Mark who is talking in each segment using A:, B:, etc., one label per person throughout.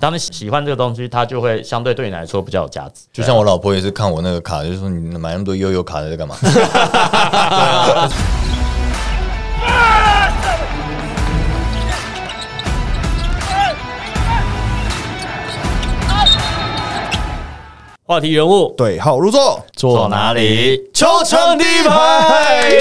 A: 他们喜欢这个东西，它就会相对对你来说比较有价值。
B: 就像我老婆也是看我那个卡，就说你买那么多悠悠卡在干嘛？
A: 话题人物
C: 对号 入座，
A: 坐哪里？
C: 球场第一排。
D: 耶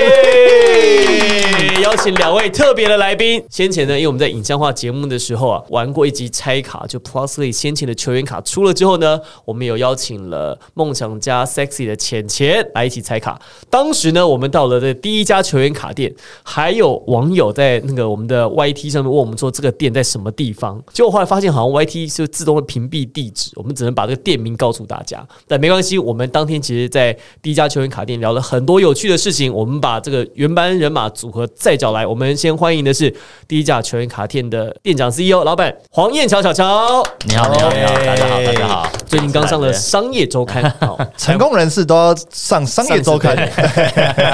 D: 邀请两位特别的来宾。先前呢，因为我们在影像化节目的时候啊，玩过一集拆卡，就 Plusly 先前的球员卡出了之后呢，我们有邀请了梦想家 Sexy 的浅浅来一起拆卡。当时呢，我们到了这第一家球员卡店，还有网友在那个我们的 YT 上面问我们说这个店在什么地方，结果后来发现好像 YT 就自动会屏蔽地址，我们只能把这个店名告诉大家。但没关系，我们当天其实，在第一家球员卡店聊了很多有趣的事情，我们把这个原班人马组合再找来。我们先欢迎的是第一家球员卡店的店长 CEO 老板黄燕乔乔乔，
A: 你好，你好，你好，大家好，大家好。
D: 最近刚上了《商业周刊》 好。
C: 成功人士都要上商业周刊，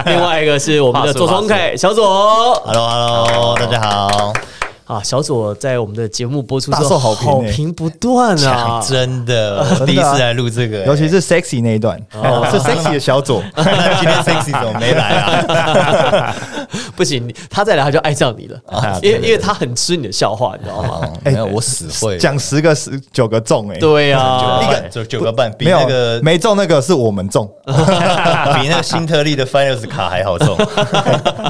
D: 另外一个是我们的左松凯小左，
B: Hello，Hello，大家好，
D: 啊，小左在我们的节目播出之
C: 大
D: 后，
C: 受好评欸
D: 评不断啊，
B: 真的
C: 啊
B: 第一次来录这个，
C: 尤其是 sexy 那一段，
D: 哦
C: 是 sexy 的小左。
B: 那 今天 sexy 怎么没来 啊？
D: 不行，他再来他就爱上 你了，
B: 啊
D: 因为因为他很吃你的笑话，你知道吗？
B: 哦没有，我死会
C: 哎讲十个十九个中哎，
D: 对
B: 一
D: 啊，
B: 个九九个半，比
C: 没有
B: 那个
C: 没中那个是我们 中，
B: 比那个新特利的 Finals 卡还 好中，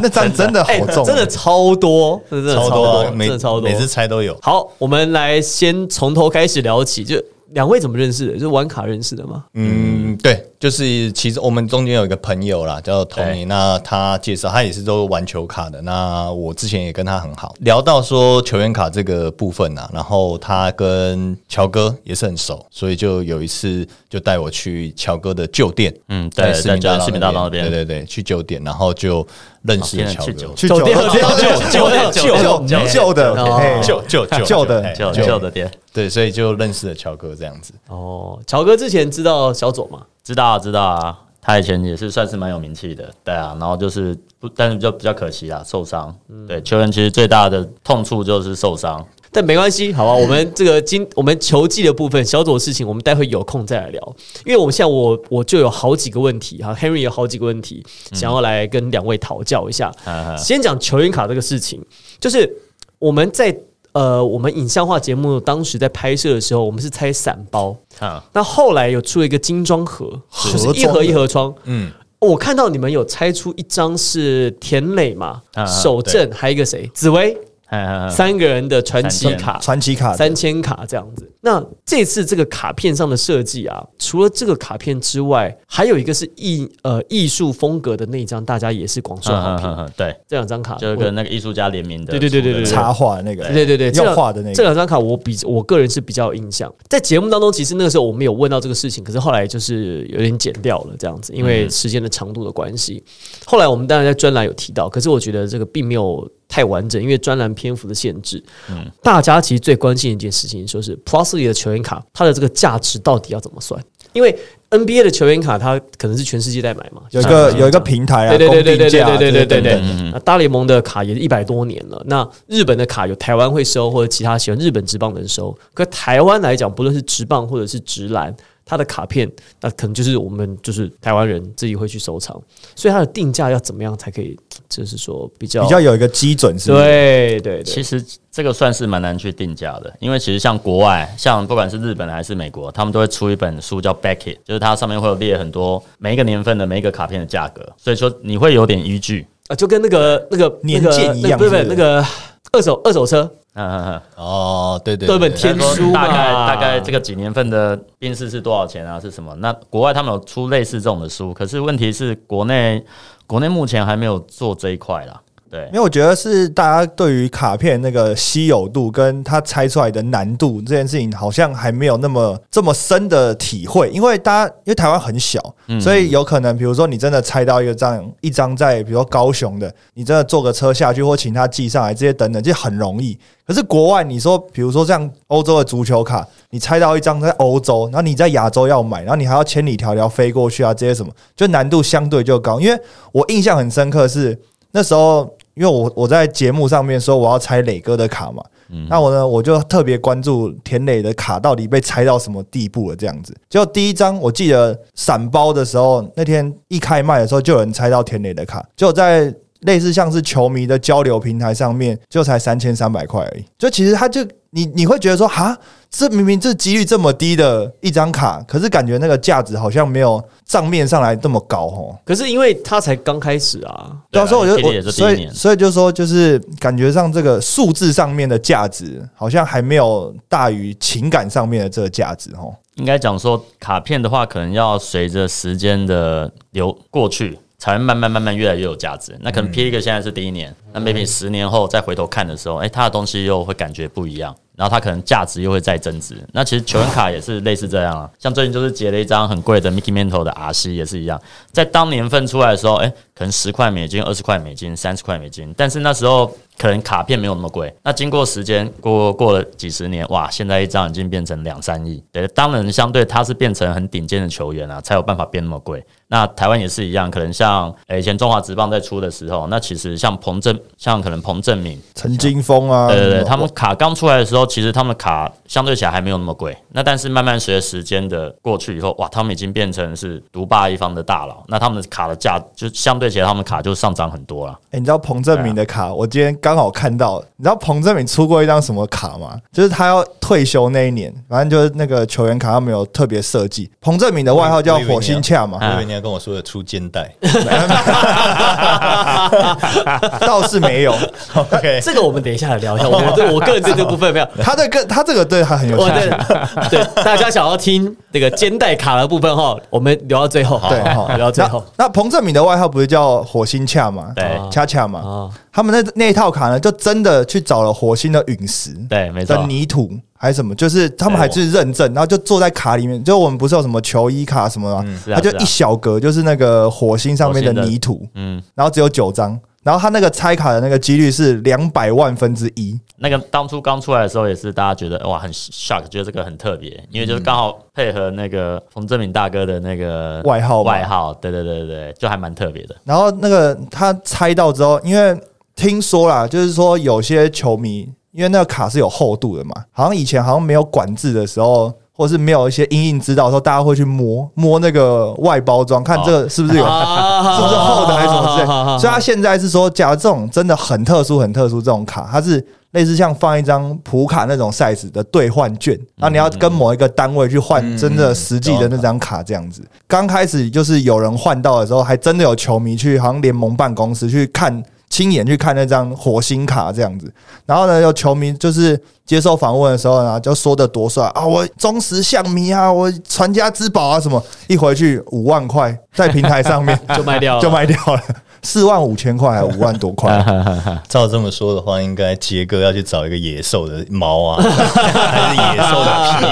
C: 那张真的好
D: 哎，
C: 中，欸
D: 真的超多，真的
B: 啊超
D: 超
B: 多啊，
D: 多，
B: 每
D: 真的超多
B: 每。次猜都有。
D: 好，我们来先从头开始聊起，就两位怎么认识的？就是玩卡认识的吗？
B: 嗯，对，就是其实我们中间有一个朋友啦，叫
A: 对
B: Tony，那他介绍他也是都玩球卡的，那我之前也跟他很好，聊到说球员卡这个部分啊，然后他跟乔哥也是很熟，所以就有一次就带我去乔哥的旧店，
A: 嗯
B: 在
A: 对
B: 市民
A: 在
B: 大道
A: 市民大道那边
B: 对对对，去旧店，然后就认识了
A: 哦天啊
B: 乔
A: 去
B: 哥
A: 酒。
C: 去 九
D: 酒店酒店酒店
C: 九
D: 酒
C: 九
D: 店
C: 旧的
D: 哦
C: 哎
B: 旧旧旧
C: 旧的
B: 哎
A: 啊旧
B: 旧
A: 旧的店，
B: 对，所以就认识了乔哥这样子。
D: 哦，乔哥之前知道小左吗？
A: 知道啊，知道啊。他以前也是算是蛮有名气的，对啊。然后就是不，但是比较比较可惜啊，受伤。对，球员其实最大的痛处就是受伤。
D: 但没关系，好吧，我们这个今我们球技的部分，小左的事情，我们待会有空再来聊。因为我们现在我我就有好几个问题哈，Henry 有好几个问题想要来跟两位讨教一下。
A: 嗯
D: 先讲球员卡这个事情，就是我们在呃我们影像化节目当时在拍摄的时候，我们是拆散包，
A: 嗯，
D: 那后来有出了一个精装盒，就是一
C: 盒装
D: 盒
C: 的
D: 一盒装，哦
B: 嗯，
D: 我看到你们有拆出一张是田磊嘛
A: 啊、
D: 守正，还有一个谁，紫薇，
A: 嗯
D: 三个人的传奇
A: 三
D: 卡。
C: 传奇
A: 啊
C: 卡的
D: 三千卡这样子，那这次这个卡片上的设计啊，除了这个卡片之外，还有一个是艺呃艺术风格的那一张，大家也是广受好评。
A: 嗯，对，
D: 这两张卡，
A: 就是跟那个艺术家联名的出的，
D: 对对对对对对
C: 插画那个，
D: 对对对，这
C: 要
D: 两
C: 画的那
D: 这
C: 个，
D: 两张卡我比我个人是比较有印象。在节目当中，其实那个时候我们有问到这个事情，可是后来就是有点剪掉了这样子，因为时间的长度的关系。后来我们当然在专栏有提到，可是我觉得这个并没有太完整，因为专栏篇幅的限制。
C: 嗯
D: 大家其实最关心的一件事情就是 Plusly 的球员卡，它的这个价值到底要怎么算？因为 NBA 的球员卡，它可能是全世界在买嘛，
C: 有一
D: 像
C: 个
D: 这样
C: 有一个平台啊，
D: 对对对对
C: 公定价啊
D: 对对对对对
C: 等等
D: 对。那大联盟的卡也是一百多年了，那日本的卡有台湾会收，或者其他喜欢日本职棒的人收。可台湾来讲，不论是职棒或者是职篮，它的卡片那可能就是我们就是台湾人自己会去收藏，所以它的定价要怎么样才可以，就是说比较
C: 比较有一个基准是不是，
D: 对对对
A: 其实这个算是蛮难去定价的，因为其实像国外，像不管是日本还是美国，他们都会出一本书叫 Beckett，就是它上面会有列很多每一个年份的每一个卡片的价格，所以说你会有点依据。
D: 啊，就跟那个那个那
C: 年
D: 个
C: 鉴
D: 那
C: 一
D: 个
C: 样
D: 不是不是
C: 是不
D: 那
C: 是
D: 个二手二手车
A: 嗯嗯嗯，
B: 哦，对对，
D: 都有
B: 对
D: 本天
A: 说
D: 书嘛，
A: 大概大概这个几年份的冰室是多少钱啊？是什么？那国外他们有出类似这种的书，可是问题是国内国内目前还没有做这一块啦。对
C: 因，为我觉得是大家对于卡片那个稀有度跟它拆出来的难度这件事情，好像还没有那么这么深的体会。因为大家因为台湾很小，所以有可能比如说你真的拆到一个这样一张在比如说高雄的，你真的坐个车下去或请他寄上来这些等等，这很容易。可是国外你说，比如说像欧洲的足球卡，你拆到一张在欧洲，然后你在亚洲要买，然后你还要千里迢迢飞过去啊，这些什么，就难度相对就高。因为我印象很深刻是那时候，因为我我在节目上面说我要拆磊哥的卡嘛，那我呢，我就特别关注田磊的卡到底被拆到什么地步了，这样子。结果第一张我记得散包的时候，那天一开卖的时候就有人拆到田磊的卡，就在。类似像是球迷的交流平台上面，就才三千三百块而已。就其实他就你你会觉得说，哈，这明明这几率这么低的一张卡，可是感觉那个价值好像没有账面上来这么高哦。
D: 可是因为他才刚开始啊，
A: 对啊
C: 所以我
A: 你
C: 就
A: 踢的也是
C: 我
A: 第一
C: 所以
A: 年
C: 所以就说，就是感觉上这个数字上面的价值，好像还没有大于情感上面的这个价值哦。
A: 应该讲说，卡片的话，可能要随着时间的流过去，才会慢慢慢慢越来越有价值。那可能 P 一个现在是第一年，那 maybe 十年后再回头看的时候，哎、它的东西又会感觉不一样，然后它可能价值又会再增值。那其实球员卡也是类似这样啊，像最近就是截了一张很贵的 Mickey Mantle 的 RC 也是一样，在当年份出来的时候，哎、可能十块美金、二十块美金、三十块美金，但是那时候可能卡片没有那么贵。那经过时间过过了几十年，哇，现在一张已经变成两三亿。对，当然相对他是变成很顶尖的球员啊，才有办法变那么贵。那台湾也是一样，可能像呃以前中华职棒在出的时候，那其实像彭正，像可能彭正明，
C: 陈金峰啊，
A: 对对
C: 什
A: 对，
C: 么
A: 他们卡刚出来的时候，其实他们的卡相对起来还没有那么贵。那但是慢慢随着时间的过去以后，哇，他们已经变成是独霸一方的大佬，那他们的卡的价就相对起来，他们卡就上涨很多了。
C: 欸，你知道彭正明
A: 啊
C: 的卡？我今天刚好看到，你知道彭正明出过一张什么卡吗？就是他要退休那一年，反正就是那个球员卡，他没有特别设计。彭正明的外号叫火星恰嘛，
B: 我
A: 啊
B: 以为你要跟我说的出肩带
C: 倒是没有。
B: ，OK，
D: 这个我们等一下来聊一下。我我对我个人对这部分没有，
C: 他这个他这个对他很有
D: 我
C: 兴趣。
D: 对对大家想要听那个肩带卡的部分哈，我们留到最后，
A: 哦
C: 对，好
D: 聊到最后。
C: 那那彭正明的外号不是叫火星恰吗？
A: 对
C: 恰恰嘛。
D: 啊。
C: 他们那那一套卡呢，就真的去找了火星的陨石，
A: 对，没错
C: 的。泥土还是什么，就是他们还是认证，然后就坐在卡里面。就我们不是有什么球衣卡什么吗？
A: 是啊
C: 它就是
A: 啊
C: 一小格，就是那个火星上面
A: 火星
C: 的
A: 的
C: 泥土，
A: 嗯，
C: 然后只有九张。然后它那个拆卡的那个几率是两百万分之一，
A: 那个当初刚出来的时候，也是大家觉得哇很 shock，觉得这个很特别，因为就是刚好配合那个冯正明大哥的那个
C: 外号嘛
A: 外号，对对对对对，就还蛮特别的。
C: 然后那个他拆到之后，因为听说啦，就是说有些球迷，因为那个卡是有厚度的嘛，好像以前好像没有管制的时候，或是没有一些阴影指导的时候，大家会去摸摸那个外包装，看这个是不是有
D: 啊
C: 是不是厚的还是什么之类
D: 好好好好
C: 所以他现在是说，假如这种真的很特殊、很特殊这种卡，它是类似像放一张普卡那种 size 的兑换券，然后你要跟某一个单位去换真的实际的那张卡这样子。刚开始就是有人换到的时候，还真的有球迷去好像联盟办公室去看。亲眼去看那张火星卡这样子，然后呢，有球迷就是接受访问的时候呢，就说的多帅啊，我忠实象迷啊，我传家之宝啊什么，一回去五万块在平台上面
D: 就卖掉了
C: 就卖掉了，四万五千块还五万多块，
B: 照这么说的话，应该杰哥要去找一个野兽的毛啊，还是野兽的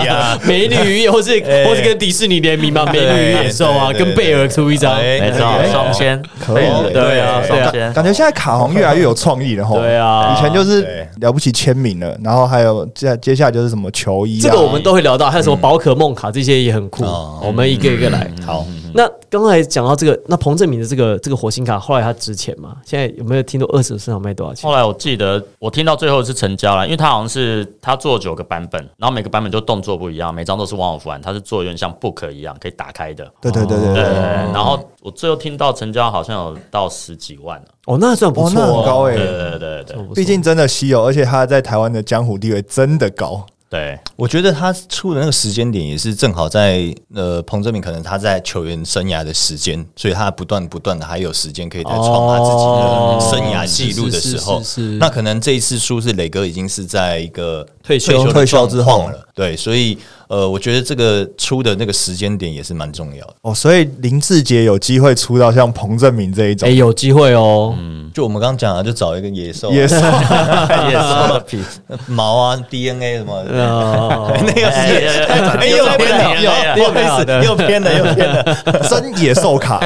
B: 皮 啊？
D: 美女与野，或是
B: 哎
D: 或是跟迪士尼联名嘛，美女与野兽啊，
B: 对对对
D: 跟贝尔出一张，
B: 哎
A: 没错
B: 可以，
A: 双签
C: 可以
A: 对
B: 对啊
A: 双
D: 对啊
A: 签
C: 感觉现在卡行越来越有创意了吼。
D: 对啊
C: 以前就是
B: 对
C: 了不起签名了，然后还有接接下来就是什么球衣、啊，
D: 这个我们都会聊到，还有什么宝可梦卡这些也很酷，
B: 哦
D: 我们一个一个来。
B: 好，
D: 那刚才讲到这个，那彭正明的这个这个火星卡，后来它值钱吗？现在有没有听到二手市场卖多少钱？
A: 后来我记得我听到最后是成交了，因为他好像是他做九个版本，然后每个版本就动作不一样，每张都是 one of one，他是做有点像 book 一样可以打开的。
C: 对对对对
A: 对，
C: 对，
A: 然后我最后听到成交好像有到十几万了。
D: 哦，那算不
C: 哦，
D: 错
C: 那很
D: 哦，
C: 高
A: 对
C: 诶，
A: 对对对对
D: 不错
C: 毕竟真的稀有，而且它在台湾的江湖地位真的高。
A: 对，
B: 我觉得他出的那个时间点也是正好在呃，彭正明可能他在球员生涯的时间，所以他不断不断的还有时间可以再创他
D: 哦
B: 自己的生涯记录的时候，
D: 是是是是
B: 那可能这一次输是磊哥已经是在一个
D: 退休
B: 的
C: 退休之后
B: 状况了，对，所以呃，我觉得这个出的那个时间点也是蛮重要的。
C: 哦，所以林志杰有机会出到像彭正明这一
D: 哎，
C: 种，
D: 有机会哦。
B: 就我们刚刚讲的，就找一个野兽啊、
C: 也是
A: 也是的皮，
B: 毛啊、DNA 什么的。
D: 呃，
B: 那个
A: 哎
B: 是野
A: 哎哎
B: 哎，
A: 哎
B: 又
A: 又
B: 偏
A: 偏了
B: 了，又
D: 又偏了
B: 又偏了，又偏了。
C: 真野 兽卡，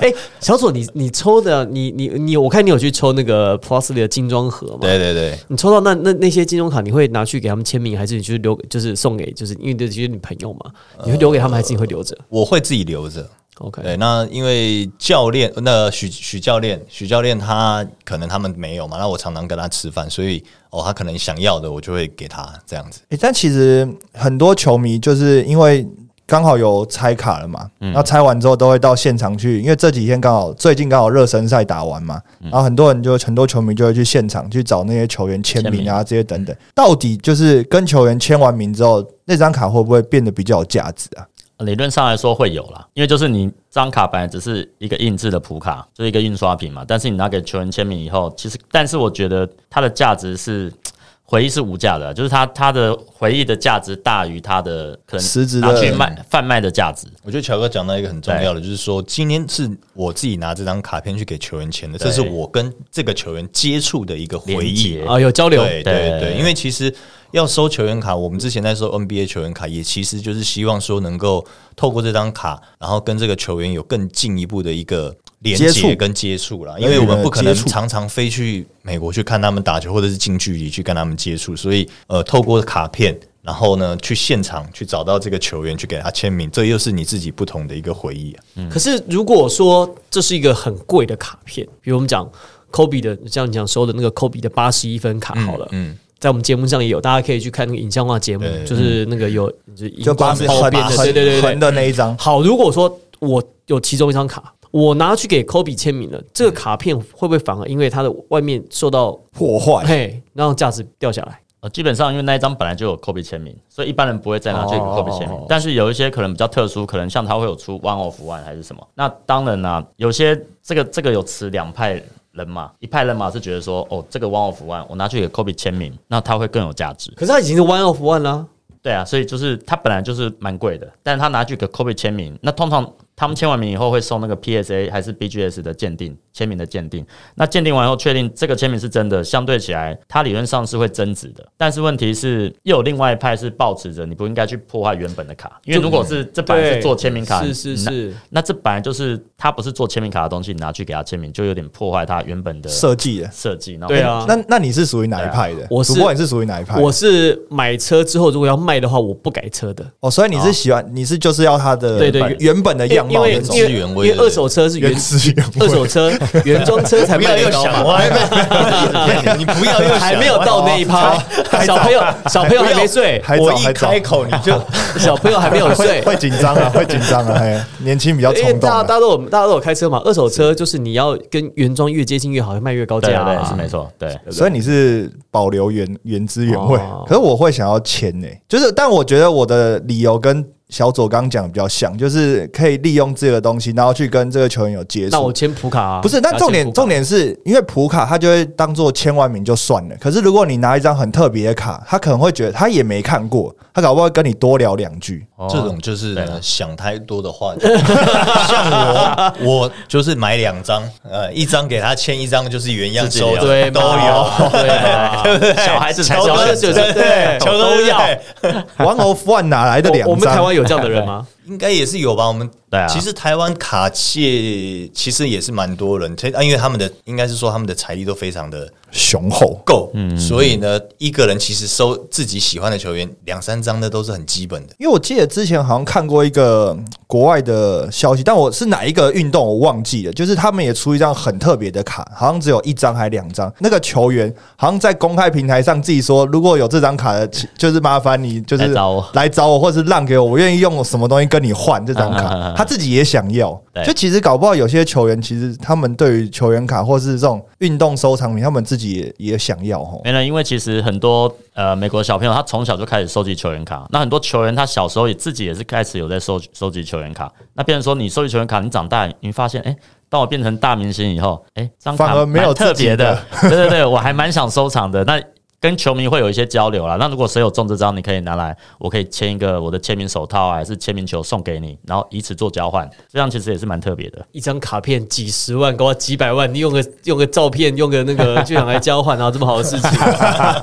D: 哎，小左，你你抽的，你你你，我看你有去抽那个 Plus 里的精装盒嘛？
B: 对对对，
D: 你抽到那那那些金钟卡，你会拿去给他们签名，还是你就是留就是送给就是因为这些你朋友嘛？你会留给他们，还是你会留着？
B: 我会自己留着。
D: OK，
B: 对，那因为教练，那许许教练，许教练他可能他们没有嘛，那我常常跟他吃饭，所以哦，他可能想要的我就会给他这样子。
C: 诶，但其实很多球迷就是因为刚好有拆卡了嘛，
D: 嗯
C: 那、拆完之后都会到现场去，因为这几天刚好最近刚好热身赛打完嘛，
D: 嗯
C: 然后很多人就很多球迷就会去现场去找那些球员签名啊这些等等。到底就是跟球员签完名之后，那张卡会不会变得比较有价值啊？
A: 理论上来说会有啦，因为就是你这张卡本来只是一个印制的普卡，就是一个印刷品嘛。但是你拿给球员签名以后，其实，但是我觉得它的价值是回忆是无价的，啊就是它它的回忆的价值大于它的可能
C: 实质的
A: 拿去卖贩卖的价值。
B: 我觉得乔哥讲到一个很重要的，就是说今天是我自己拿这张卡片去给球员签的，
A: 对
B: 这是我跟这个球员接触的一个回
A: 连
B: 忆
A: 结。
D: 啊，有交流，
B: 对
A: 对
B: 对对，因为其实要收球员卡，我们之前在收 NBA 球员卡，也其实就是希望说能够透过这张卡，然后跟这个球员有更进一步的一个连
C: 接触
B: 接跟接触啦。因为我们不可能
C: 接触
B: 常常飞去美国去看他们打球，或者是近距离去跟他们接触，所以呃，透过卡片。然后呢，去现场去找到这个球员，去给他签名，这又是你自己不同的一个回忆啊。
D: 可是如果说这是一个很贵的卡片，比如我们讲 Kobe 的，像你讲收的那个 Kobe 的八十一分卡好了，嗯。在我们节目上也有，大家可以去看那个影像化节目
B: 对，嗯
D: 就是那个有就是
C: 就
D: 荧
C: 把
D: 光
C: 是
D: 后
C: 横
D: 边的，
C: 横
D: 对对对对
C: 横。的那一张，
D: 好，如果说我有其中一张卡，我拿去给 Kobe 签名了，这个卡片会不会反而因为它的外面受到
C: 破坏。
D: 嘿，让价值掉下来？
A: 呃，基本上因为那一张本来就有 Kobe 签名，所以一般人不会再拿这个
D: 哦
A: Kobe 签名。但是有一些可能比较特殊，可能像他会有出 One of One 还是什么。那当然啦、有些这个这个有持两派人嘛，一派人马是觉得说，哦，这个 One of One 我拿去给 Kobe 签名，那他会更有价值。
D: 可是它已经是 one of one 啦，
A: 对啊，所以就是他本来就是蛮贵的，但他拿去给 Kobe 签名，那通常他们签完名以后会送那个 PSA 还是 BGS 的鉴定签名的鉴定，那鉴定完后确定这个签名是真的，相对起来它理论上是会增值的，但是问题是又有另外一派是抱持着你不应该去破坏原本的卡，因为如果是这本来是做签名卡，
D: 是是
A: 那。
D: 是，
A: 那这本来就是他不是做签名卡的东西，你拿去给他签名，就有点破坏他原本的
C: 设计的。
A: 设计。然后
D: 对啊。
C: 那那你是属于哪一派的？
D: 我是
C: 主播你是属于哪一派的？
D: 我是买车之后如果要卖的话，我不改车的。
C: 哦，所以你是喜欢，你是就是要它的
D: 啊对对
C: 原原本的哎
D: 因
C: 样貌
D: 为
C: 那
D: 因
C: 种
D: 为
B: 原汁原味
D: 因为二手车是原
C: 原汁原味
D: 二手车原装车才卖得高嘛，
B: 歪， 你不要又想
D: 还没有到那一趴，小朋友小朋友还没睡，
C: 还
B: 我
C: 早
B: 一
C: 还早
B: 开口你就
D: 小朋友还没有
C: 会
D: 睡。
C: 会紧张啊，会紧张啊，嘿，年轻比较
D: 因为
C: 冲动
D: 大家
C: 啊。
D: 大家都有大家都有开车嘛，二手车就是你要跟原装越接近越好，卖越高
A: 对
D: 价
A: 对对，
D: 啊
A: 是没错，对。
C: 所以你是保留原原汁原味
D: 哦，
C: 可是我会想要签呢，就是但我觉得我的理由跟小左刚讲的比较像，就是可以利用这个东西，然后去跟这个球员有接
D: 那我
C: 触。
D: 签普卡啊，
C: 不是，但重点重
D: 点
C: 点是因为普卡它就会当做签完名就算了，可是如果你拿一张很特别的卡，他可能会觉得他也没看过，他搞不好会跟你多聊 两句。
A: 哦
B: 这种就是呢
A: 对
B: 想太多的话， 像我，我就是买两张，呃，一张给他签，一张就是原样
A: 自己
B: 收的，
D: 对
B: 都
D: 嘛
B: 有，
D: 对嘛
B: 对不对？
A: 小孩子才
B: 乔
A: 要
B: 哥
A: 选
B: 就
A: 择
B: 是对，
D: 啊对
B: 乔哥
D: 都
B: 对不对
D: 要
C: 玩 of one 哪来的两张？
D: 我我们台湾有这样的人吗？
B: 应该也是有吧？我们
A: 对啊
B: 其实台湾卡界其实也是蛮多人，其实啊，因为他们的应该是说他们的财力都非常的
C: 雄厚，
B: 够，
A: 嗯
B: 所以呢，一个人其实收自己喜欢的球员两三张的都是很基本的。
C: 因为我记得之前好像看过一个嗯国外的消息，但我是哪一个运动我忘记了，就是他们也出一张很特别的卡，好像只有一张还两张。那个球员好像在公开平台上自己说，如果有这张卡的，其就是麻烦你就是
A: 来找我
C: 来找我，或是让给我，我愿意用什么东西跟你换这
A: 嗯
C: 张
A: 嗯嗯
C: 卡
A: 嗯。
C: 他自己也想要，
A: 对
C: 就其实搞不好有些球员其实他们对于球员卡或是这种运动收藏品，他们自己也也想要哦。
A: 没了，因为其实很多呃美国小朋友他从小就开始收集球员卡，那很多球员他小时候也自己也是开始有在收收集球员卡，那变成说你收集球员卡，你长大你发现哎。诶当我变成大明星以后，哎、这张卡
C: 反而没有
A: 蛮特别的， 对对对，我还蛮想收藏的。那跟球迷会有一些交流啦。那如果谁有中这张，你可以拿来，我可以签一个我的签名手套啊，还是签名球送给你，然后以此做交换，这样其实也是蛮特别的。
D: 一张卡片几十万，搞到几百万，你用个用个照片，用个那个就想来交换，然后这么好的事情，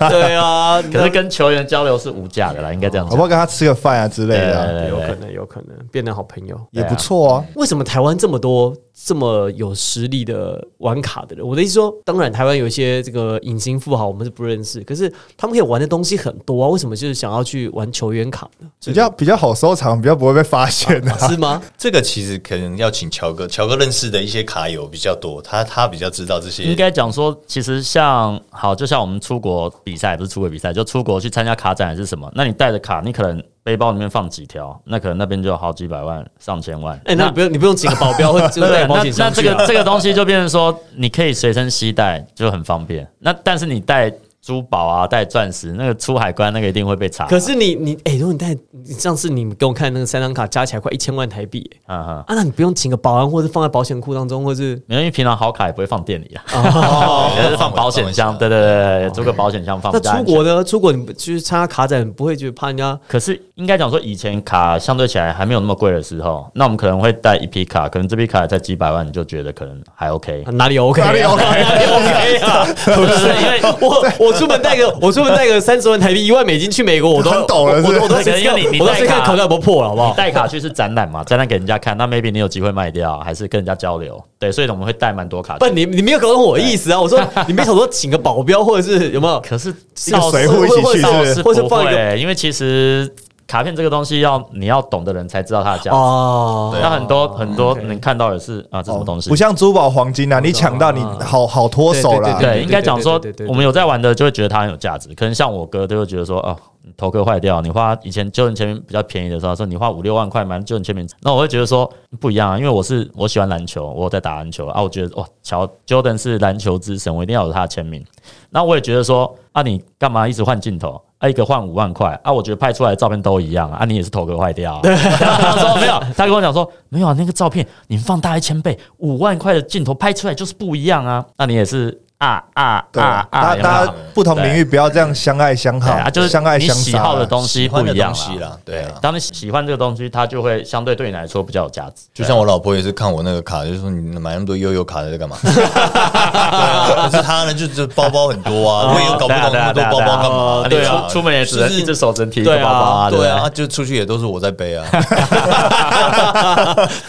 D: 对啊，
A: 可是跟球员交流是无价的啦，应该这样
C: 好
A: 讲
C: 不。好跟他吃个饭啊之类的啊、
A: 对
D: 有可能有可能变成好朋友。
C: 也不错啊。
D: 为什么台湾这么多这么有实力的玩卡的人？我的意思说，当然台湾有一些这个隐形富豪我们是不认识，可可是他们可以玩的东西很多啊，为什么就是想要去玩球员卡呢？
A: 啊
C: 比较比较好收藏，比较不会被发现啊的、
D: 是吗？
B: 这个其实可能要请乔哥，乔哥认识的一些卡友比较多，他他比较知道这些。
A: 应该讲说，其实像好，就像我们出国比赛，不是出国比赛，就出国去参加卡展还是什么，那你带着卡，你可能背包里面放几条，那可能那边就有好几百万、上千万。
D: 哎、那你不用你不用请个保镖，或者就
A: 对
D: 带
A: 对，
D: 个保险
A: 那那
D: 箱
A: 这
D: 去啊
A: 个这个东西就变成说，你可以随身携带，就很方便。那但是你带珠宝啊，带钻石，那个出海关那个一定会被查。
D: 可是你你哎、如果你带你上次你给我看那个三张卡加起来快一千万台币、耶
A: 嗯哼，
D: 啊，那你不用请个保安，或者放在保险库当中，或是
A: 因为平常好卡也不会放店里啊，
B: 哦
A: 也是放保险箱。哦对对对对，租个保险箱放。
D: 那
A: 比较安
D: 出
A: 全
D: 国呢？出国你去参加卡展，不会觉得怕人家
A: 可是应该讲说，以前卡相对起来还没有那么贵的时候，那我们可能会带一批卡，可能这批卡才几百万，你就觉得可能还 OK
D: 啊。哪里 OK？
C: 哪里 OK？
D: 哪里 OK 啊？不是因为我我出门带个我出门带个三十万台币一万美金去美国，我都
C: 很抖了是不
D: 我
C: 是
D: 都我都
A: 可能
D: 先
A: 因
D: 看
A: 为你你
D: 我都
A: 带
D: 先看
A: 卡
D: 口袋有没有破了，好不好？
A: 带卡去是展览嘛，展览给人家看，那 maybe 你有机会卖掉，还是跟人家交流。对，所以我们会带蛮多卡去。
D: 不，你你没有搞懂我意思啊！我说你没想说请个保镖，或者是有没有？
A: 可是
C: 个
A: 倒
C: 水
A: 是
C: 壶一起去是不
A: 倒
C: 是
A: 是
D: 或是
A: 不
D: 放一个
A: 会，因为其实卡片这个东西要你要懂的人才知道它的价值。
D: 哦，
A: 那很多很多
D: OK
A: 能看到也是啊，
D: 哦
A: 这什么东西？
C: 哦
A: 嗯
C: 不像珠宝、黄金啊，你抢到你好好脱手啦。
D: 对
A: 对，应该讲说
D: 对对对对，对
A: 我们有在玩的就会觉得它很有价值。可能像我哥就会觉得说，哦，你头壳坏掉，你花以前旧人签名比较便宜的时候，他说你花五六万块买旧人签名，那我会觉得说不一样啊，因为我是我喜欢篮球，我有在打篮球啊，我觉得哇，乔 Jordan 是篮球之神，我一定要有他的签名。那我也觉得说，啊，你干嘛一直换镜头？啊，一个换五万块啊，我觉得拍出来的照片都一样啊，啊你也是头壳坏掉、啊。 他说没有，他跟我讲说没有啊，那个照片你放大一千倍，五万块的镜头拍出来就是不一样啊。那你也是啊啊
C: 对啊
A: 啊，啊，
C: 大
A: 有没
C: 家大
A: 有
C: 家？不同领域不要这样相爱相
A: 对
C: 好
A: 啊，就是
C: 相爱
A: 你
C: 相
A: 喜
C: 杀
A: 好的
C: 啊。
A: 东西
B: 喜
A: 不
B: 欢的
A: 一样
B: 东西啦对啊
A: 当你喜欢这个东西，它就会相对对你来说比较有价值。
B: 就像我老婆也是看我那个卡，就说你买那么多悠悠卡在 干嘛？对啊，可是他呢，就是包包很 多啊，我也搞不懂那么多包包干嘛。
A: 哦对
B: 啊
A: 啊，，出出门也只能
B: 就
A: 一只手只能提一
D: 对
A: 个
D: 啊
A: 包包啊，对不
B: 对
A: 对
B: 啊，就出去也都是我在背 啊。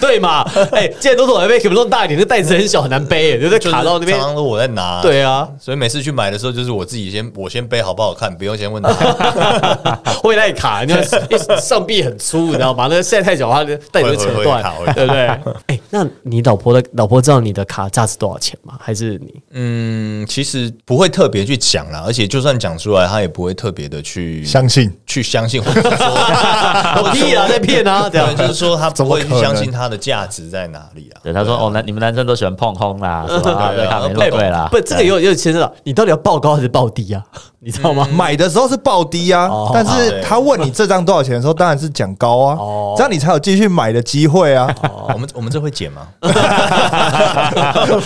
D: 对嘛？哎，既然都是我在背，可不弄大一点，那袋子很小，很难背，就是卡到那边
B: 常。常都我在拿。
D: 对啊，
B: 所以每次去买的时候，就是我自己先我先背好不好看，不用先 问他。
D: 会带卡，你看因为上臂很粗，你知道吗？那晒太久的话，那带你会扯
B: 会会
D: 断
B: 会卡，会
D: 对不对？ 哎，那你老婆的老婆知道你的卡价值多少钱吗？还是你
B: 嗯，其实不会特别去讲啦，而且就算讲出来，他也不会特别的去
C: 相信
B: 去相 信，或者说
D: 我屁啊，在骗啊，这样
B: 对，就是说他不会去
C: 怎么可能
B: 相信它的价值在哪里啊。
A: 对，他说哦，男你们男生都喜欢碰轰啦，是吧？
B: 对
A: 对，
B: 啊
A: 看没 那么贵啦。
D: 不，这个有有牵涉到你到底要报高还是报低 啊？你知道吗？
A: 嗯
C: 买的时候是报低啊
D: 哦，
C: 但是他问你这张多少钱的时候，当然是讲高啊
D: 哦，
C: 这样你才有继续买的机会啊。
B: 哦我们我们这会剪 吗？不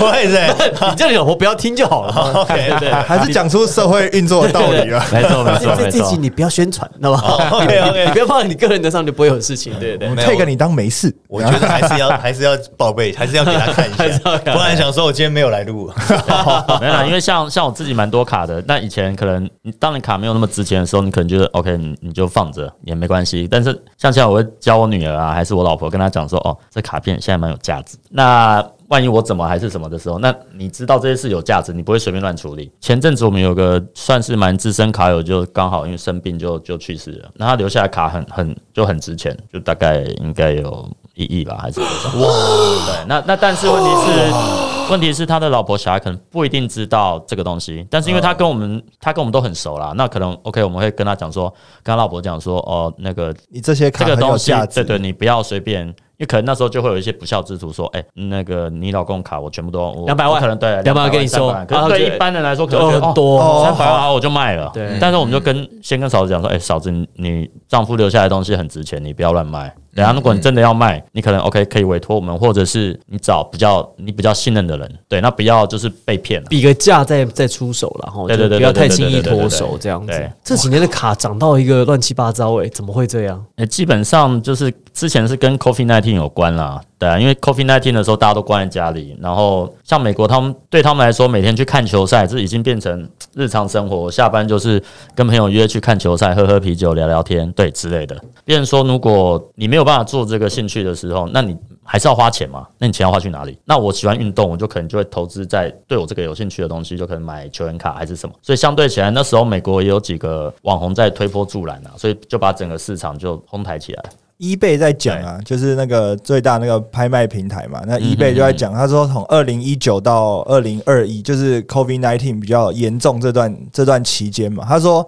B: 会的。
D: 你叫你老婆不要听就好了 嘛。对对对。
C: 还是讲出社会运作的道理啊。
A: 没错没错
D: 这
A: 没
D: 这集
A: 错。
D: 你不要宣传，知 道吗？
B: 哦
D: 你
B: OK，OK
D: 你不要放在你个人的上，就不会有事情。对对对，
C: 我们
B: 没有
C: take 你当没事，
B: 我觉得还是要 还是要报备， 还是要给他看一
D: 还是
B: 下
D: 要，给他
B: 不
D: 看
B: 然想说我今天没有来录。
A: 没有啦，因为像像我自己蛮多卡的，那以前可能你当你卡没有那么值钱的时候，你可能觉得 OK，你你就放着也没关系。但是像现在我会教我女儿啊，还是我老婆跟她讲说，哦，这卡片现在蛮有价值。那万一我怎么还是什么的时候，那你知道这些事有价值，你不会随便乱处理。前阵子我们有个算是蛮资深卡友，就刚好因为生病就就去世了，那他留下来卡很很就很值钱，就大概应该有一亿吧，还是多少？对，那那但是问题是，问题是他的老婆小孩可能不一定知道这个东西，但是因为他跟我们，他跟我们都很熟啦，那可能 OK，我们会跟他讲说，跟他老婆讲说，哦，那个
C: 你这些
A: 这
C: 卡
A: 个
C: 很有
A: 东西
C: 价，值
A: 对。对，你不要随便。因为可能那时候就会有一些不孝之徒说，哎、那个你老公卡我全部都我
D: 200万
A: 我可能对
D: 200万给你
A: 300
D: 收
A: 万可
D: 啊
A: 是对
D: 对
A: 一般人来说可能
D: 就
A: 觉得
D: 很
A: 哦
D: 多
C: 哦
A: 三百万我就卖了。
D: 对
A: 但是我们就跟先跟嫂子讲说，哎、嫂子，你你丈夫留下来的东西很值钱，你不要乱卖。
D: 嗯
A: 等下，如果你真的要卖，你可能 OK 可以委托我们，或者是你找比较你比较信任的人，对，那不要就是被骗了。
D: 比个价再再出手了哈，
A: 对
D: 就
A: 对对
D: 不要太
A: 对对
D: 轻易
A: 对对对对
D: 脱手这样子
A: 对。
D: 这几年的卡涨到一个乱七八糟，哎，怎么会这样？
A: 呃、基本上就是之前是跟 COVID nineteen 有关啦，对啊，因为 COVID nineteen 的时候大家都关在家里，然后像美国他们对他们来说，每天去看球赛这已经变成日常生活，下班就是跟朋友约去看球赛，喝喝啤酒、聊聊天，对之类的。变成说，如果你没有办法做这个兴趣的时候，那你还是要花钱嘛？那你钱要花去哪里？那我喜欢运动，我就可能就会投资在对我这个有兴趣的东西，就可能买球员卡还是什么。所以相对起来，那时候美国也有几个网红在推波助澜啊，所以就把整个市场就哄抬起来。
C: eBay 在讲啊，就是那个最大那个拍卖平台嘛，那 eBay 就在讲，他说从二零一九到二零二一，就是 COVID nineteen 比较严重这段这段期间嘛，他说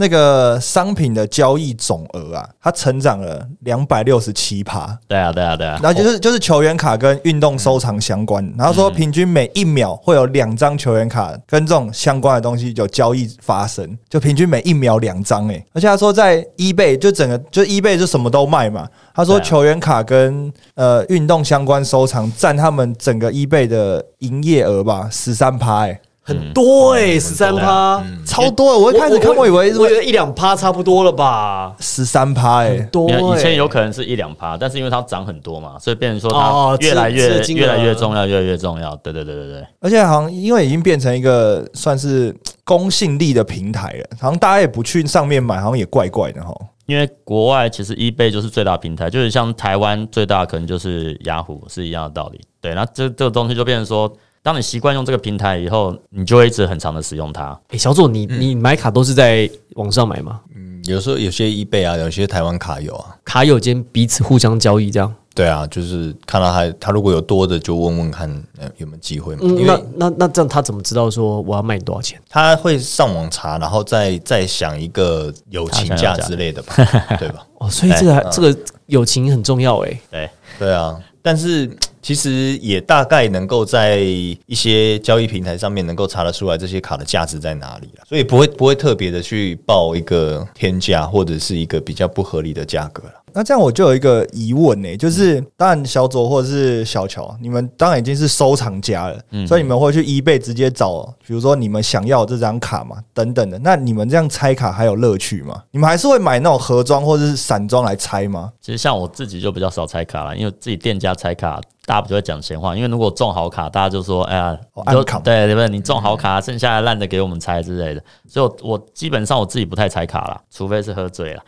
C: 那个商品的交易总额啊，它成长了两百六十七趴，
A: 对啊，对啊，对啊。
C: 然后就是就是球员卡跟运动收藏相关，然后说平均每一秒会有两张球员卡跟这种相关的东西有交易发生，就平均每一秒两张哎，而且他说在 eBay 就整个就 eBay 就什么都卖嘛，他说
A: 对啊
C: 球员卡跟呃运动相关收藏占他们整个 eBay 的营业额吧十三趴哎，
D: 很多哎、
A: 嗯
D: 十三趴，
C: 超多欸！我
D: 我
C: 一开始看我以为
D: 我以为一两趴差不多了吧，
C: 十三趴哎，
D: 多、
A: 没有
D: 欸。
A: 以前有可能是一两趴，但是因为它涨很多嘛，所以变成说它
D: 哦
A: 越来
D: 吃
A: 越
D: 吃、金嗯额
A: 越来越重要，越来越重要。对对对对对，
C: 而且好像因为已经变成一个算是公信力的平台了，好像大家也不去上面买，好像也怪怪的哈。
A: 因为国外其实 eBay 就是最大平台，就是像台湾最大可能就是雅虎是一样的道理。对，那这这个东西就变成说，当你习惯用这个平台以后，你就会一直很长的使用它。
D: 哎、小左，你
A: 嗯
D: 你买卡都是在网上买吗？
B: 嗯有时候有些 eBay 啊，有些台湾卡有啊。
D: 卡友间彼此互相交易这样？
B: 对啊，就是看到他，他如果有多的就问问看，呃，有没有机会嘛？
D: 嗯，
B: 因
D: 那
B: 为
D: 那那这样他怎么知道说我要卖你多少钱？
B: 他会上网查，然后再再想一个友情价之类 的吧，对吧？
D: 哦，所以这个还、这个友情很重要哎、
A: 对，
B: 对啊，但是其实也大概能够在一些交易平台上面能够查得出来这些卡的价值在哪里了，所以不会不会特别的去报一个天价或者是一个比较不合理的价格了。
C: 那这样我就有一个疑问呢、就是当然小左或者是小乔，你们当然已经是收藏家了，
D: 嗯
C: 所以你们会去 eBay 直接找，比如说你们想要这张卡嘛，等等的。那你们这样拆卡还有乐趣吗？你们还是会买那种盒装或者是散装来拆吗？
A: 其实像我自己就比较少拆卡了，因为自己店家拆卡，大家不就会讲闲话。因为如果中好卡，大家就说：“哎呀，
C: 哦
A: 你就
C: 暗嗯扛
A: 对对不对？你中好卡，剩下的烂的给我们拆之类的。”所以我，我基本上我自己不太拆卡啦， 除非是喝醉 了。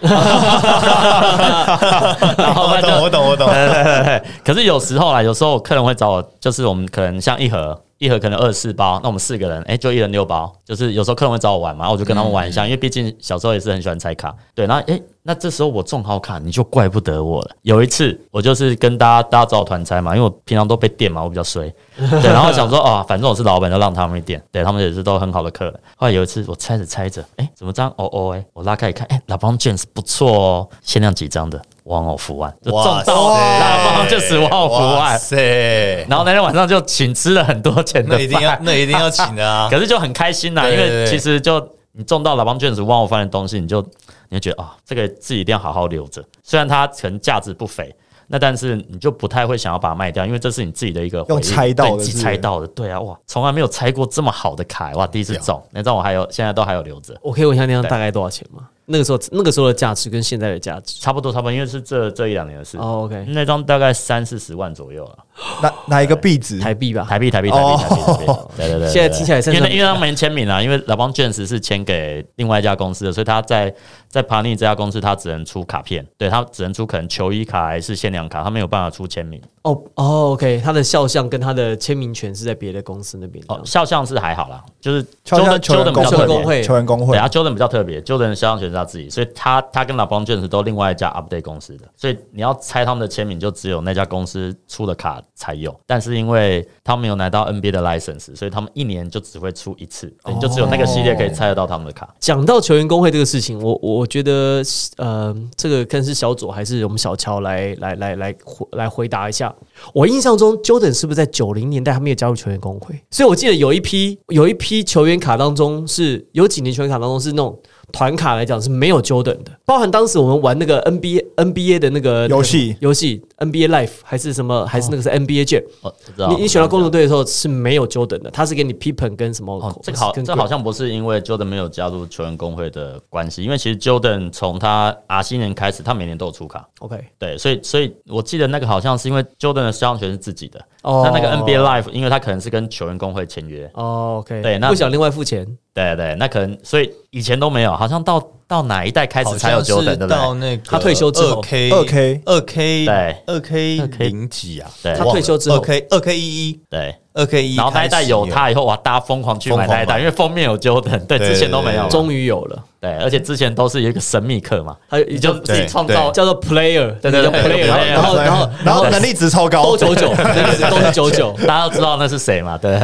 A: 然后
B: 我
A: 那就
B: 懂，我懂，我懂。
A: 可是有时候啦，有时候客人会找我，就是我们可能像一盒。一盒可能二四包，那我们四个人，哎、就一人六包。就是有时候客人会找我玩嘛，然后我就跟他们玩一下，因为毕竟小时候也是很喜欢拆卡。对，然后哎、诶那这时候我中好卡，你就怪不得我了。有一次我就是跟大家大家找我团拆嘛，因为我平常都被电嘛，我比较衰。对，然后想说哦，反正我是老板，就让他们一点。对他们也是都很好的客人。后来有一次我猜着猜着，哎、怎么张哦哦哎，我拉开一看，哎、l a b r o n James 不错哦，限量几张的，王偶福万， 就中
B: 哇塞
A: 到拉帮就十万福
B: 哇
A: 万。
B: 塞，
A: 然后那天晚上就请吃了很多钱的
B: 那一定要
A: 饭，
B: 那一定要请 的啊！
A: 可是就很开心啦，
B: 对
A: 因
B: 对
A: 为
B: 对
A: 其实就你中到老帮卷子万我翻的东西，你就你就觉得啊、这个自己一定要好好留着，虽然它可能价值不菲。那但是你就不太会想要把它卖掉，因为这是你自己的一个回忆
C: 用猜到的
A: 对自己
C: 是不是
A: 猜到的，对啊，哇，从来没有猜过这么好的卡，哇，第一次中，那张我还有，现在都还有留着，
D: 我可以问一下那张大概多少钱吗？那个时候那个时候的价值跟现在的价值？
A: 差不多差不多，因为是这这一两年的事，
D: 哦，OK，
A: 那张大概三四十万左右了，
C: 哪哪一个壁纸？
D: 台币吧。
A: 台币台币台币台币 台币，对对对对，
D: 哦现在听起来
A: 因
D: 甚至
A: 为因为他们没签名啊，因为老邦卷石是签给另外一家公司的，所以他在在帕尼这家公司，他只能出卡片，对他只能出可能球衣卡还是限量卡，他没有办法出签名。
D: 哦哦，OK，他的肖像跟他的签名权是在别的公司那边。
A: 哦，肖像是还好啦，就是
C: 球
A: Jordan
C: 员球员
A: Jordan 比
C: 工
A: 较特别
D: 工。会
C: 球员工
A: 对
C: 会
A: 啊，Jordan 比较特别，Jordan 的肖像权是他自己，所以他他跟老邦卷石都另外一家 Update 公司的，所以你要猜他们的签名，就只有那家公司出的卡才有。但是因为他们有拿到 NBA 的 license，所以他们一年就只会出一次，对你就只有那个系列可以猜得到他们的卡。
D: 讲到球员工会这个事情，我我觉得，呃，这个看是小左还是我们小乔来来来来回来回答一下。我印象中，Jordan 是不是在九零年代他没有加入球员工会？所以我记得有一批有一批球员卡当中是有几年球员卡当中是那种团卡来讲是没有 Jordan 的，包含当时我们玩那个 NBA NBA 的那个
C: 游戏
D: 游戏 NBA Life 还是什么还是那个是 NBA Jam，、
A: 哦，我知道。
D: 你你选到公牛队的时候是没有 Jordan 的，他是给你 Pippen 跟什么、
A: 哦，这个好，
D: 跟
A: 这好像不是因为 Jordan 没有加入球员工会的关系，因为其实 Jordan 从他阿西年开始，他每年都有出卡。
D: OK
A: 对，所以所以我记得那个好像是因为 Jordan 的肖像权是自己的，
D: 哦
A: 那那个 NBA Live，因为他可能是跟球员工会签约，
D: 哦，OK，
A: 对那
D: 不想另外付钱，
A: 对对对，那可能所以以前都没有，好像到到哪一代开始
B: 好
A: 才有
B: 像
A: 九等，
B: 是
A: 对不对？
B: 到那个
D: 他退休之后
B: 二 K
C: 2K
B: 二 K
A: 对
B: 二 K
A: 2K
B: 零几啊？
A: 对
D: 他退休之后
B: 二 K 二 K 一一
A: 对，
B: 二 K 一，
A: 然后那一代有
B: 他，
A: 它以后，哇，大家疯狂去买
B: 疯狂
A: 那一代，
B: 买
A: 因为封面有 Jordan，对，
B: 对
A: 之前都没有嘛，
B: 对
D: 终于有了，
A: 对，而且之前都是有一个神秘客嘛，
D: 还有
A: 你就自己
B: 对
A: 创造，
D: 叫做 player，
A: 对对对
D: 叫
A: 对
D: player，
A: 对对
D: 然后然后
C: 然后能力值超高
D: 都，九九，都是九九。
A: 大家都知道那是谁嘛，对，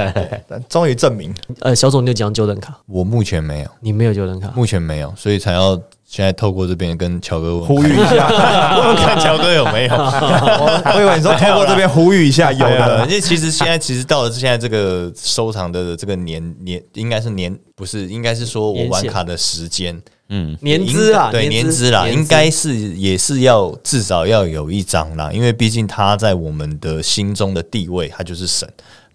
C: 终于证明
D: 呃，小总你有几张 Jordan 卡？
B: 我目前没
C: 啊
B: 有，
D: 你没有 Jordan 卡，
B: 目前没有，所以才要现在透过这边跟乔哥
C: 呼吁一下。
B: 我 看乔哥有没 有。
C: 我我以为你说通过这边呼吁一下，有
B: 有的，
C: 的
B: 啊因为其实现在其实到了现在这个收藏的这个年年，应该是年不是，应该是说我玩卡的时间，
A: 嗯，
D: 年资啊，
B: 对年资啦，应该是也是要至少要有一张啦，因为毕竟他在我们的心中的地位，他就是神。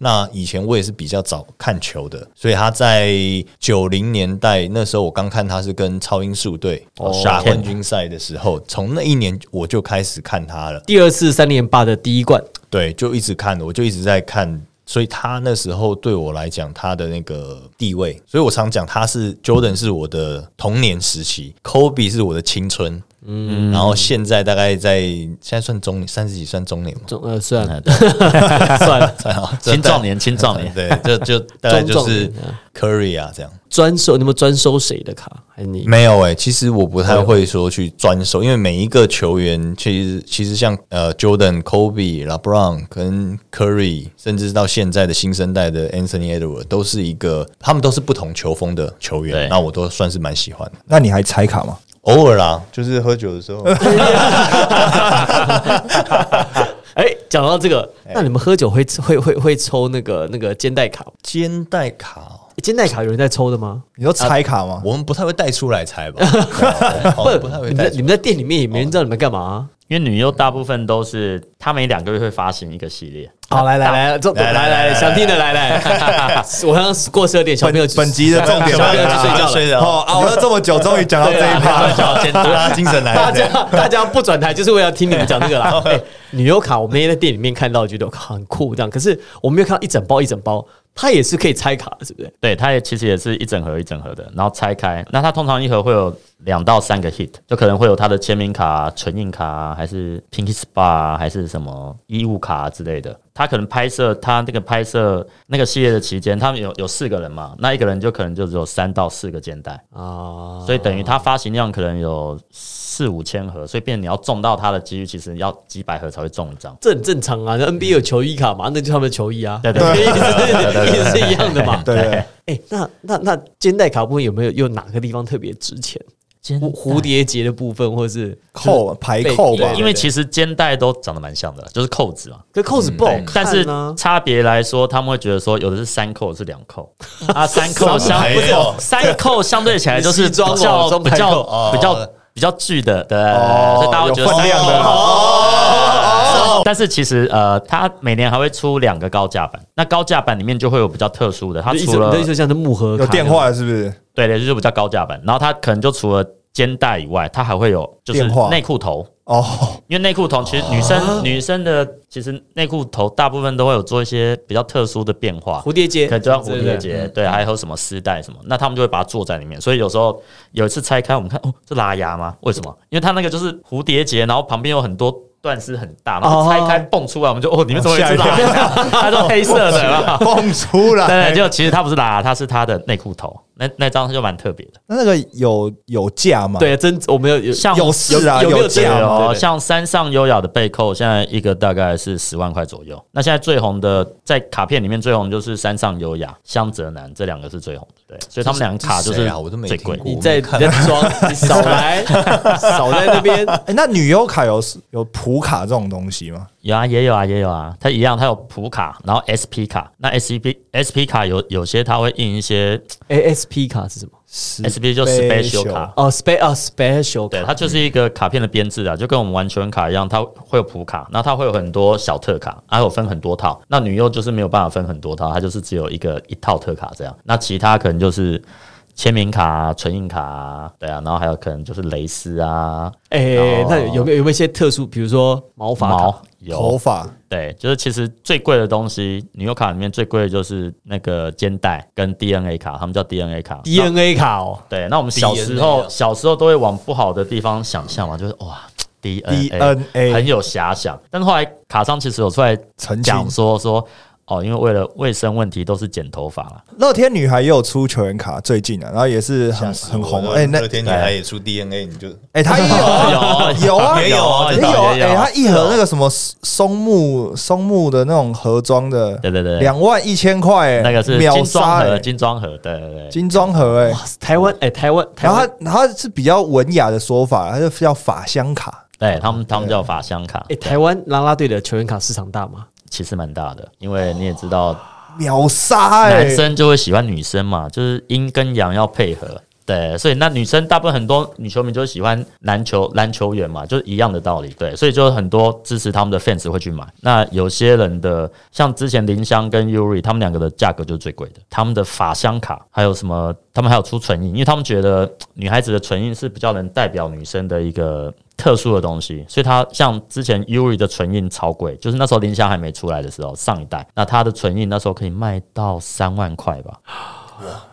B: 那以前我也是比较早看球的，所以他在九零年代那时候，我刚看他是跟超音速队
A: 哦
B: 打冠军赛的时候，从那一年我就开始看他了。
D: 第二次三连霸的第一冠，
B: 对，就一直看，我就一直在看。所以他那时候对我来讲，他的那个地位，所以我常讲他是 Jordan 是我的童年时期，Kobe 是我的青春，嗯，然后现在大概在现在算中年，三十几算中年嘛，
D: 中呃算了算 了，
B: 算啊，
A: 青壮年，青壮年，
B: 对，就就大概就
D: 中
B: 是
D: 中年
B: Curry 啊这样。
D: 专收你们专收谁的卡？还是你？
B: 没有诶、欸其实我不
D: 哦
B: 太会说去专收，因为每一个球员其实其实像呃 Jordan、Kobe、LeBron 跟 Curry，甚至到现在的新生代的 Anthony Edwards，都是一个他们都是不同球风的球
A: 对
B: 员，那我都算是蛮喜欢的。
C: 那你还拆卡吗？
B: 偶尔啦，就是喝酒的时 候，
D: 哎，讲到这个，哎那你们喝酒会会会会抽那个那个肩带卡吗？
B: 肩带卡哦、
D: 肩带卡有人在抽的吗？
C: 你说拆卡吗？
B: 我们不太会带出来猜 吧，对好哦像不太会
D: 你们
B: 带
D: 在
B: 出
D: 你们在店里面也没人知道你们干嘛啊？
A: 因为女优大部分都是她每两个月会发行一个系 列，
D: 好，来来来，这
B: 来
D: 来
B: 来来
D: 来，
B: 来
D: 想听的来来。 我好像过十二点，小
C: 本
D: 朋友
C: 本 集的重
B: 来。
C: 点啊
D: 小朋友
C: 来
D: 去睡觉了
B: 睡
C: 哦，
B: 觉，
C: 熬了这么 久，终于讲到这一趴了。
B: 想要监督他精神来
D: 啊
B: 了。
D: 大家大家不转台就是为了听你们讲这个 啦。哎女优卡我们也在店里面看到，觉得很酷这样，可是我没有看到一整包一整包，它也是可以拆卡的，是不是？
A: 对，它也其实也是一整盒一整盒的，然后拆开。那它通常一盒会有两到三个 hit，就可能会有它的签名卡、啊、唇印卡、啊，还是 Pinky Spa，、啊、还是什么衣物卡、啊、之类的。它可能拍摄它那个拍摄那个系列的期间，他们有有四个人嘛，那一个人就可能就只有三到四个肩带，
D: 啊，
A: 所以等于它发行量可能有四五千盒，所以变成你要中到它的几率，其实要几百盒才会中一张。
D: 这很正常啊。那 NBA 有球衣卡嘛，那就是他们的球衣啊，
A: 对对
D: 意思意思是一样的嘛。
C: 对 对对，
D: 哎，那那那肩带卡部分有没有有哪个地方特别值钱？
A: 肩
D: 蝴蝴蝶结的部分，或是
C: 扣排扣吧
D: 对，
A: 因为其实肩带都长得蛮像的，就是扣子嘛。
D: 这扣子不好看啊，
A: 但是差别来说，他们会觉得说，有的是三扣，有的是两扣啊，三扣相
B: 没
A: 不是
B: 有
A: 三扣相对起来就是
D: 你
A: 比
D: 西装
A: 较
D: 哦
A: 比较
D: 中
A: 比
D: 排扣
A: 较
B: 哦
A: 比较比较巨的，对，
C: 哦
A: 所以大家会觉得
C: 有分
A: 三
C: 量
A: 扣
C: 的
A: 哦但是其实呃，它每年还会出两个高价版，那高价版里面就会有比较特殊的，它
D: 你的意思
A: 除了
D: 你的意思像是木盒卡
C: 有电话了是不是？
A: 对对，就是比较高价版，然后它可能就除了肩带以外，它还会有就是
C: 电话
A: 内裤头，
C: 哦，
A: 因为内裤头其实女生、
D: 啊
A: 女生的其实内裤头大部分都会有做一些比较特殊的变化，
D: 蝴蝶结，
A: 可能就像蝴蝶
D: 对
A: 结，对，还有什么丝带什么，那他们就会把它做在里面。所以有时候有一次拆开，我们看哦，这拉牙吗？为什么？因为它那个就是蝴蝶结，然后旁边有很多。段丝很大，然
D: 哦
A: 后拆开蹦出来，我们就哦，里面怎么有一只拉牙？ 它都黑色的，有没 有
C: 蹦出
A: 对
C: 来
A: 对，。就其实它不是拉牙，它是它的内裤头，那那张就蛮特别的。
C: 那那个有有价吗？，
D: 对，真我们有有
A: 像
C: 有事啊，
D: 有有没有
A: 对
C: 价
D: 价
C: 吗？
D: 对
A: 哦，
D: 对
A: 像山上优雅的背扣，现在一个大概是十万块左右。那现在最红的，在卡片里面最红就是山上优雅、香泽南这两个是最红的，对，所以他们两个卡就
B: 这是
A: 是
B: 谁啊我都没
A: 最
B: 听过
A: 贵。
D: 你在
B: 我
D: 你
B: 看
D: 在装，你少 来，少在那边。
C: 哎，那女优卡有有普卡这种东西吗？
A: 有啊，也有啊，也有啊，它一样，它有普卡，然后 SP 卡，那 SP SP 卡有有些它会印一些
D: ASP 卡是什么？
A: SP 就 special 卡。
D: 哦，spe 哦 special
A: 对，
D: 卡，
A: 它就是一个卡片的编制啊，就跟我们玩球员卡一样，它会有普卡，那它会有很多小特卡，还有分很多套。那女优就是没有办法分很多套，它就是只有一个一套特卡这样。那其他可能就是签名卡、啊、唇印卡、啊，对啊，然后还有可能就是蕾丝啊、
D: 哎、
A: 哦
D: 那有没有有没有一些特殊，比如说毛发卡
A: 毛
C: 头
A: 有，
C: 发
A: 对，就是其实最贵的东西，女优卡里面最贵的就是那个肩带跟 DNA 卡，他们叫 DNA 卡。
D: DNA 卡哦？
A: 对，那我们小时候
B: DNA 啊
A: 小时候都会往不好的地方想象嘛，就是哇。DNA
C: DNA
A: 很有遐想，但是后来卡桑其实有出来
C: 澄清
A: 讲。说说哦，因为为了卫生问题都是剪头发啦。
C: 乐天女孩也有出球员卡，最近啊，然后也是很很红。哎，那
B: 乐天女孩也出 DNA，你就
C: 哎，她也有啊有啊
B: 也有啊
C: 也
A: 知
C: 有
A: 道
C: 啊，
A: 也有
C: 哎，她一盒那个什么松木松木的那种盒装的，
A: 对对对，
C: 两万一千块，哎
A: 那个是
C: 秒
A: 金
C: 杀
A: 装盒，
C: 哎，
A: 金装盒，对对对，
C: 金装盒哎。
D: 台湾哎、台湾台
C: 然后
D: 湾
C: 它然后它是比较文雅的说法，它就叫法香卡。
A: 对他们他们叫法香卡
D: 哎、，
C: 欸
D: 台湾啦啦队的球员卡市场大吗？
A: 其实蛮大的，因为你也知道，
C: 秒杀哎、
A: 啊男生就会喜欢女生嘛，就是阴跟阳要配合。对，所以那女生大部分很多女球迷就喜欢篮球篮球员嘛，就是一样的道理。对，所以就很多支持他们的 fans 会去买。那有些人的像之前林香跟 Yuri 他们两个的价格就是最贵的，他们的法香卡还有什么，他们还有出唇印，因为他们觉得呃女孩子的唇印是比较能代表女生的一个特殊的东西，所以它像之前 Yuri 的唇印超贵，就是那时候林香还没出来的时候，上一代，那它的唇印那时候可以卖到三万块吧，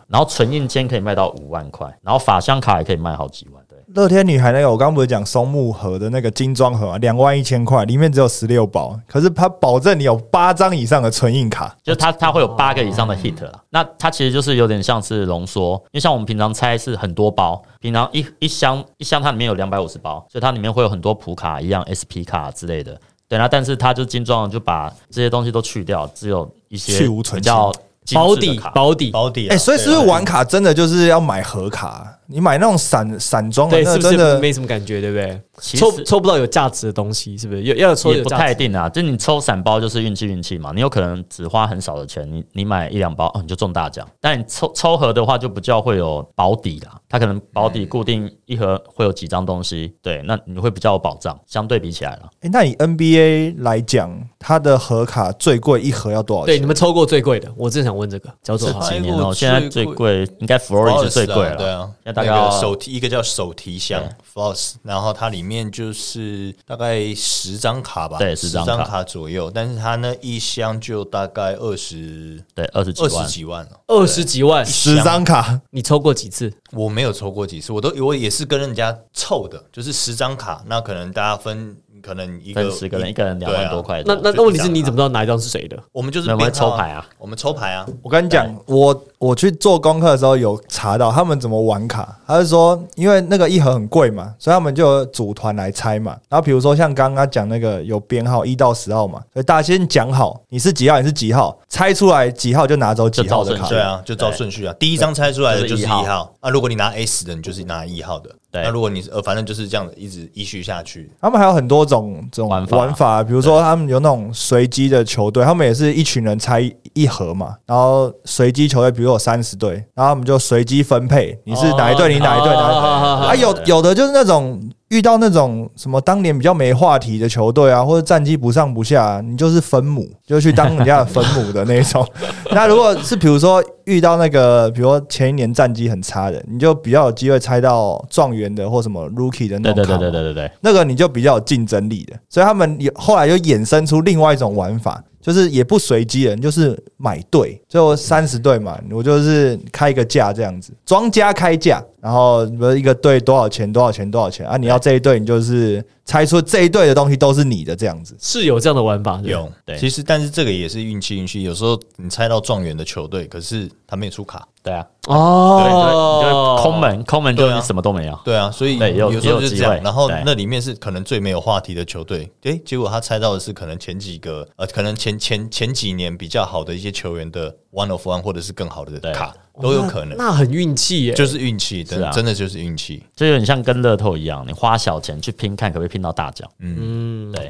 A: 然后唇印签可以卖到五万块，然后法香卡也可以卖好几万，对，
C: 乐天女孩那个，我刚刚不是讲松木盒的那个精装盒啊，两万一千块，里面只有十六包，可是它保证你有八张以上的存印卡。
A: 就是它它会有八个以上的 hit 啦，那它其实就是有点像是浓缩，因为像我们平常拆是很多包，平常一一箱一箱它里面有两百五十包，所以它里面会有很多普卡一样 SP 卡之类的。对，那但是它就精装就把这些东西都去掉，只有一些
C: 去无存
A: 比较精
D: 保
A: 致的
D: 底
A: 卡
D: 保底，
B: 保底啊。
C: 哎、所以是不
B: 对
C: 是
B: 啊
C: 玩卡真的就是要买盒卡啊、你买那种散散装的，
D: 对，
C: 那
D: 是不
C: 个真
D: 是
C: 的
D: 没什么感觉，对不对？
A: 其
D: 抽
A: 实
D: 抽不到有价值的东西，是不是？要要抽
A: 也
D: 有
A: 不
D: 价
A: 太
D: 值。
A: 定啊，就是你抽散包就是运气运气嘛，你有可能只花很少的钱，你你买一两包哦你就中大奖，但你抽抽盒的话就不叫会有保底啦，它可能保底固定一盒会有几张东西，对，那你会比较有保障，相对比起来了，
C: 哎、那以 NBA 来讲，它的盒卡最贵一盒要多少
D: 对，
C: 钱
D: 你？们抽过最贵的，我正想问这个，叫做
B: 是
D: 好
B: 哎
A: 几年
B: 呦
A: 哦，
B: 最
A: 现在最贵应该 Flory
B: Floss
A: 是最贵
B: 啊
A: 了，
B: 对啊，
A: 现在大概
B: 那
A: 要
B: 个手提一个叫手提箱 Floss，然后它里面就是大概十张卡吧，
A: 对
B: 十
A: 10张卡
B: 张卡左右，但是它那一箱就大概二十
A: 对二十几
B: 二
A: 万哦
B: 十，几万了。
D: 二十几万，
C: 十张卡，
D: 你抽过几次？
B: 我没有抽过几次，我都我也是跟人家凑的，就是十张卡，那可能大家分，可能一个
A: 分十个人一个人两
B: 对
A: 万
B: 啊
A: 多块的，
D: 那那
B: 就
D: 那问题
B: 一
D: 是
B: 张
D: 你
B: 啊
D: 怎么知道哪一张是谁的？
B: 我们就是
A: 没有
B: 编号
A: 抽牌啊，
B: 我们抽牌啊，
C: 我跟你讲，我我去做功课的时候有查到他们怎么玩卡，他是说因为那个一盒很贵嘛，所以他们就有组团来拆嘛。然后比如说像刚刚讲那个有编号一到十号嘛，所以大家先讲好你是几号，你是几号，猜出来几号就拿走几号的
A: 就照顺
C: 卡
A: 序。
B: 对啊，就照顺序啊。第一张猜出来的就是
A: 就是
B: 一
A: 一号
B: 号啊，如果你拿 S 的，你就是拿一号的。
A: 对
B: 那如果你是呃，反正就是这样子，一直依序下去。
C: 他们还有很多种这种
A: 玩
C: 玩
A: 法
C: 法，比如说他们有那种随机的球队，他们也是一群人猜一盒嘛，然后随机球队，比如有三十队，然后他们就随机分配，你是哪一队，你哪一队，哪一队。啊，
D: 哪
C: 有有的就是那种遇到那种什么当年比较没话题的球队啊，或者战绩不上不下，你就是分母，就去当人家的分母的那一 种。那如果是比如说遇到那个，比如说前一年战绩很差的，你就比较有机会猜到状元的或什么 rookie 的那
A: 对对
C: 种卡嘛
A: 对对对对对，
C: 那个你就比较有竞争力的，所以他们也后来又衍生出另外一种玩法，就是也不随机的，你就是买对，就三十对嘛，我就是开一个价这样子，庄家开价，然后比如一个队多少钱多少钱多少钱啊，你要这一队，你就是猜出这一队的东西都是你的这样子。
D: 是有这样的玩法，对不对
B: 有，
A: 对
B: 其实但是这个也是运气，运气。有时候你猜到状元的球队，可是他没有出卡，
A: 对啊，对，你就会你就
D: 哦
A: 会，空门空门就
B: 对啊
A: 是什么都没有，
B: 对啊，所以
A: 对也有
B: 有时候
A: 也有
B: 就
A: 机
B: 是
A: 会
B: 这样。然后
A: 对
B: 那里面是可能最没有话题的球队，诶，结果他猜到的是可能前几个呃，可能前前前几年比较好的一些球员的 one of one 或者是更好的
A: 对哦
B: 卡都有可能，
D: 那很运气耶。
B: 就是运气，真
A: 是啊
B: 的真的就是运气。
A: 就有点像跟乐透一样，你花小钱去拼，看可不可以拼到大奖。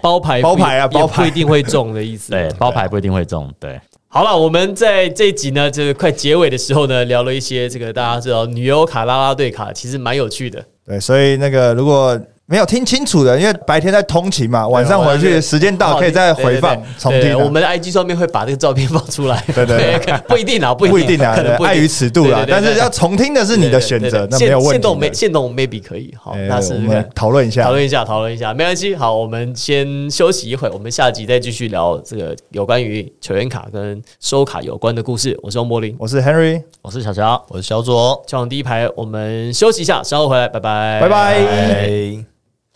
D: 包牌
C: 包牌啊
D: 不一
C: 包牌
D: 也不一定会中的意 思。
A: 对，包牌不一定会中。对，
D: 好了，我们在这一集呢，就是快结尾的时候呢，聊了一些这个大家知道女优卡拉拉队卡，其实蛮有趣的。
C: 对，所以那个如果没有听清楚的，因为白天在通勤嘛，晚上回去时间到可以再回放
D: 对对对
C: 重
D: 对
C: 听啊。
D: 我们的 IG 上面会把这个照片放出来，
C: 对对对
D: 可不一定啊，不
C: 不
D: 一
C: 一定啊，
D: 可能不一
C: 对
D: 定
C: 碍于尺度啦
D: 对对对。对
C: 但是要重听的是你的
D: 对
C: 选
D: 对
C: 择
D: 对，
C: 那
D: 限
C: 没有问
D: 限动
C: 题
D: 没
C: 的。
D: 限动 maybe 可以，好，
C: 哎
D: 那是
C: 我们讨论一下
D: 讨。论一下，讨论一下，没关系。好，我们先休息一会，我们下集再继续聊这个有关于球员卡跟收卡有关的故事。我是欧柏林，
C: 我是 Henry，
A: 我是小乔。
B: 我是小左，哦
D: 球场第一排，我们休息一下，稍后回来，拜拜，
C: 拜拜。
B: 拜。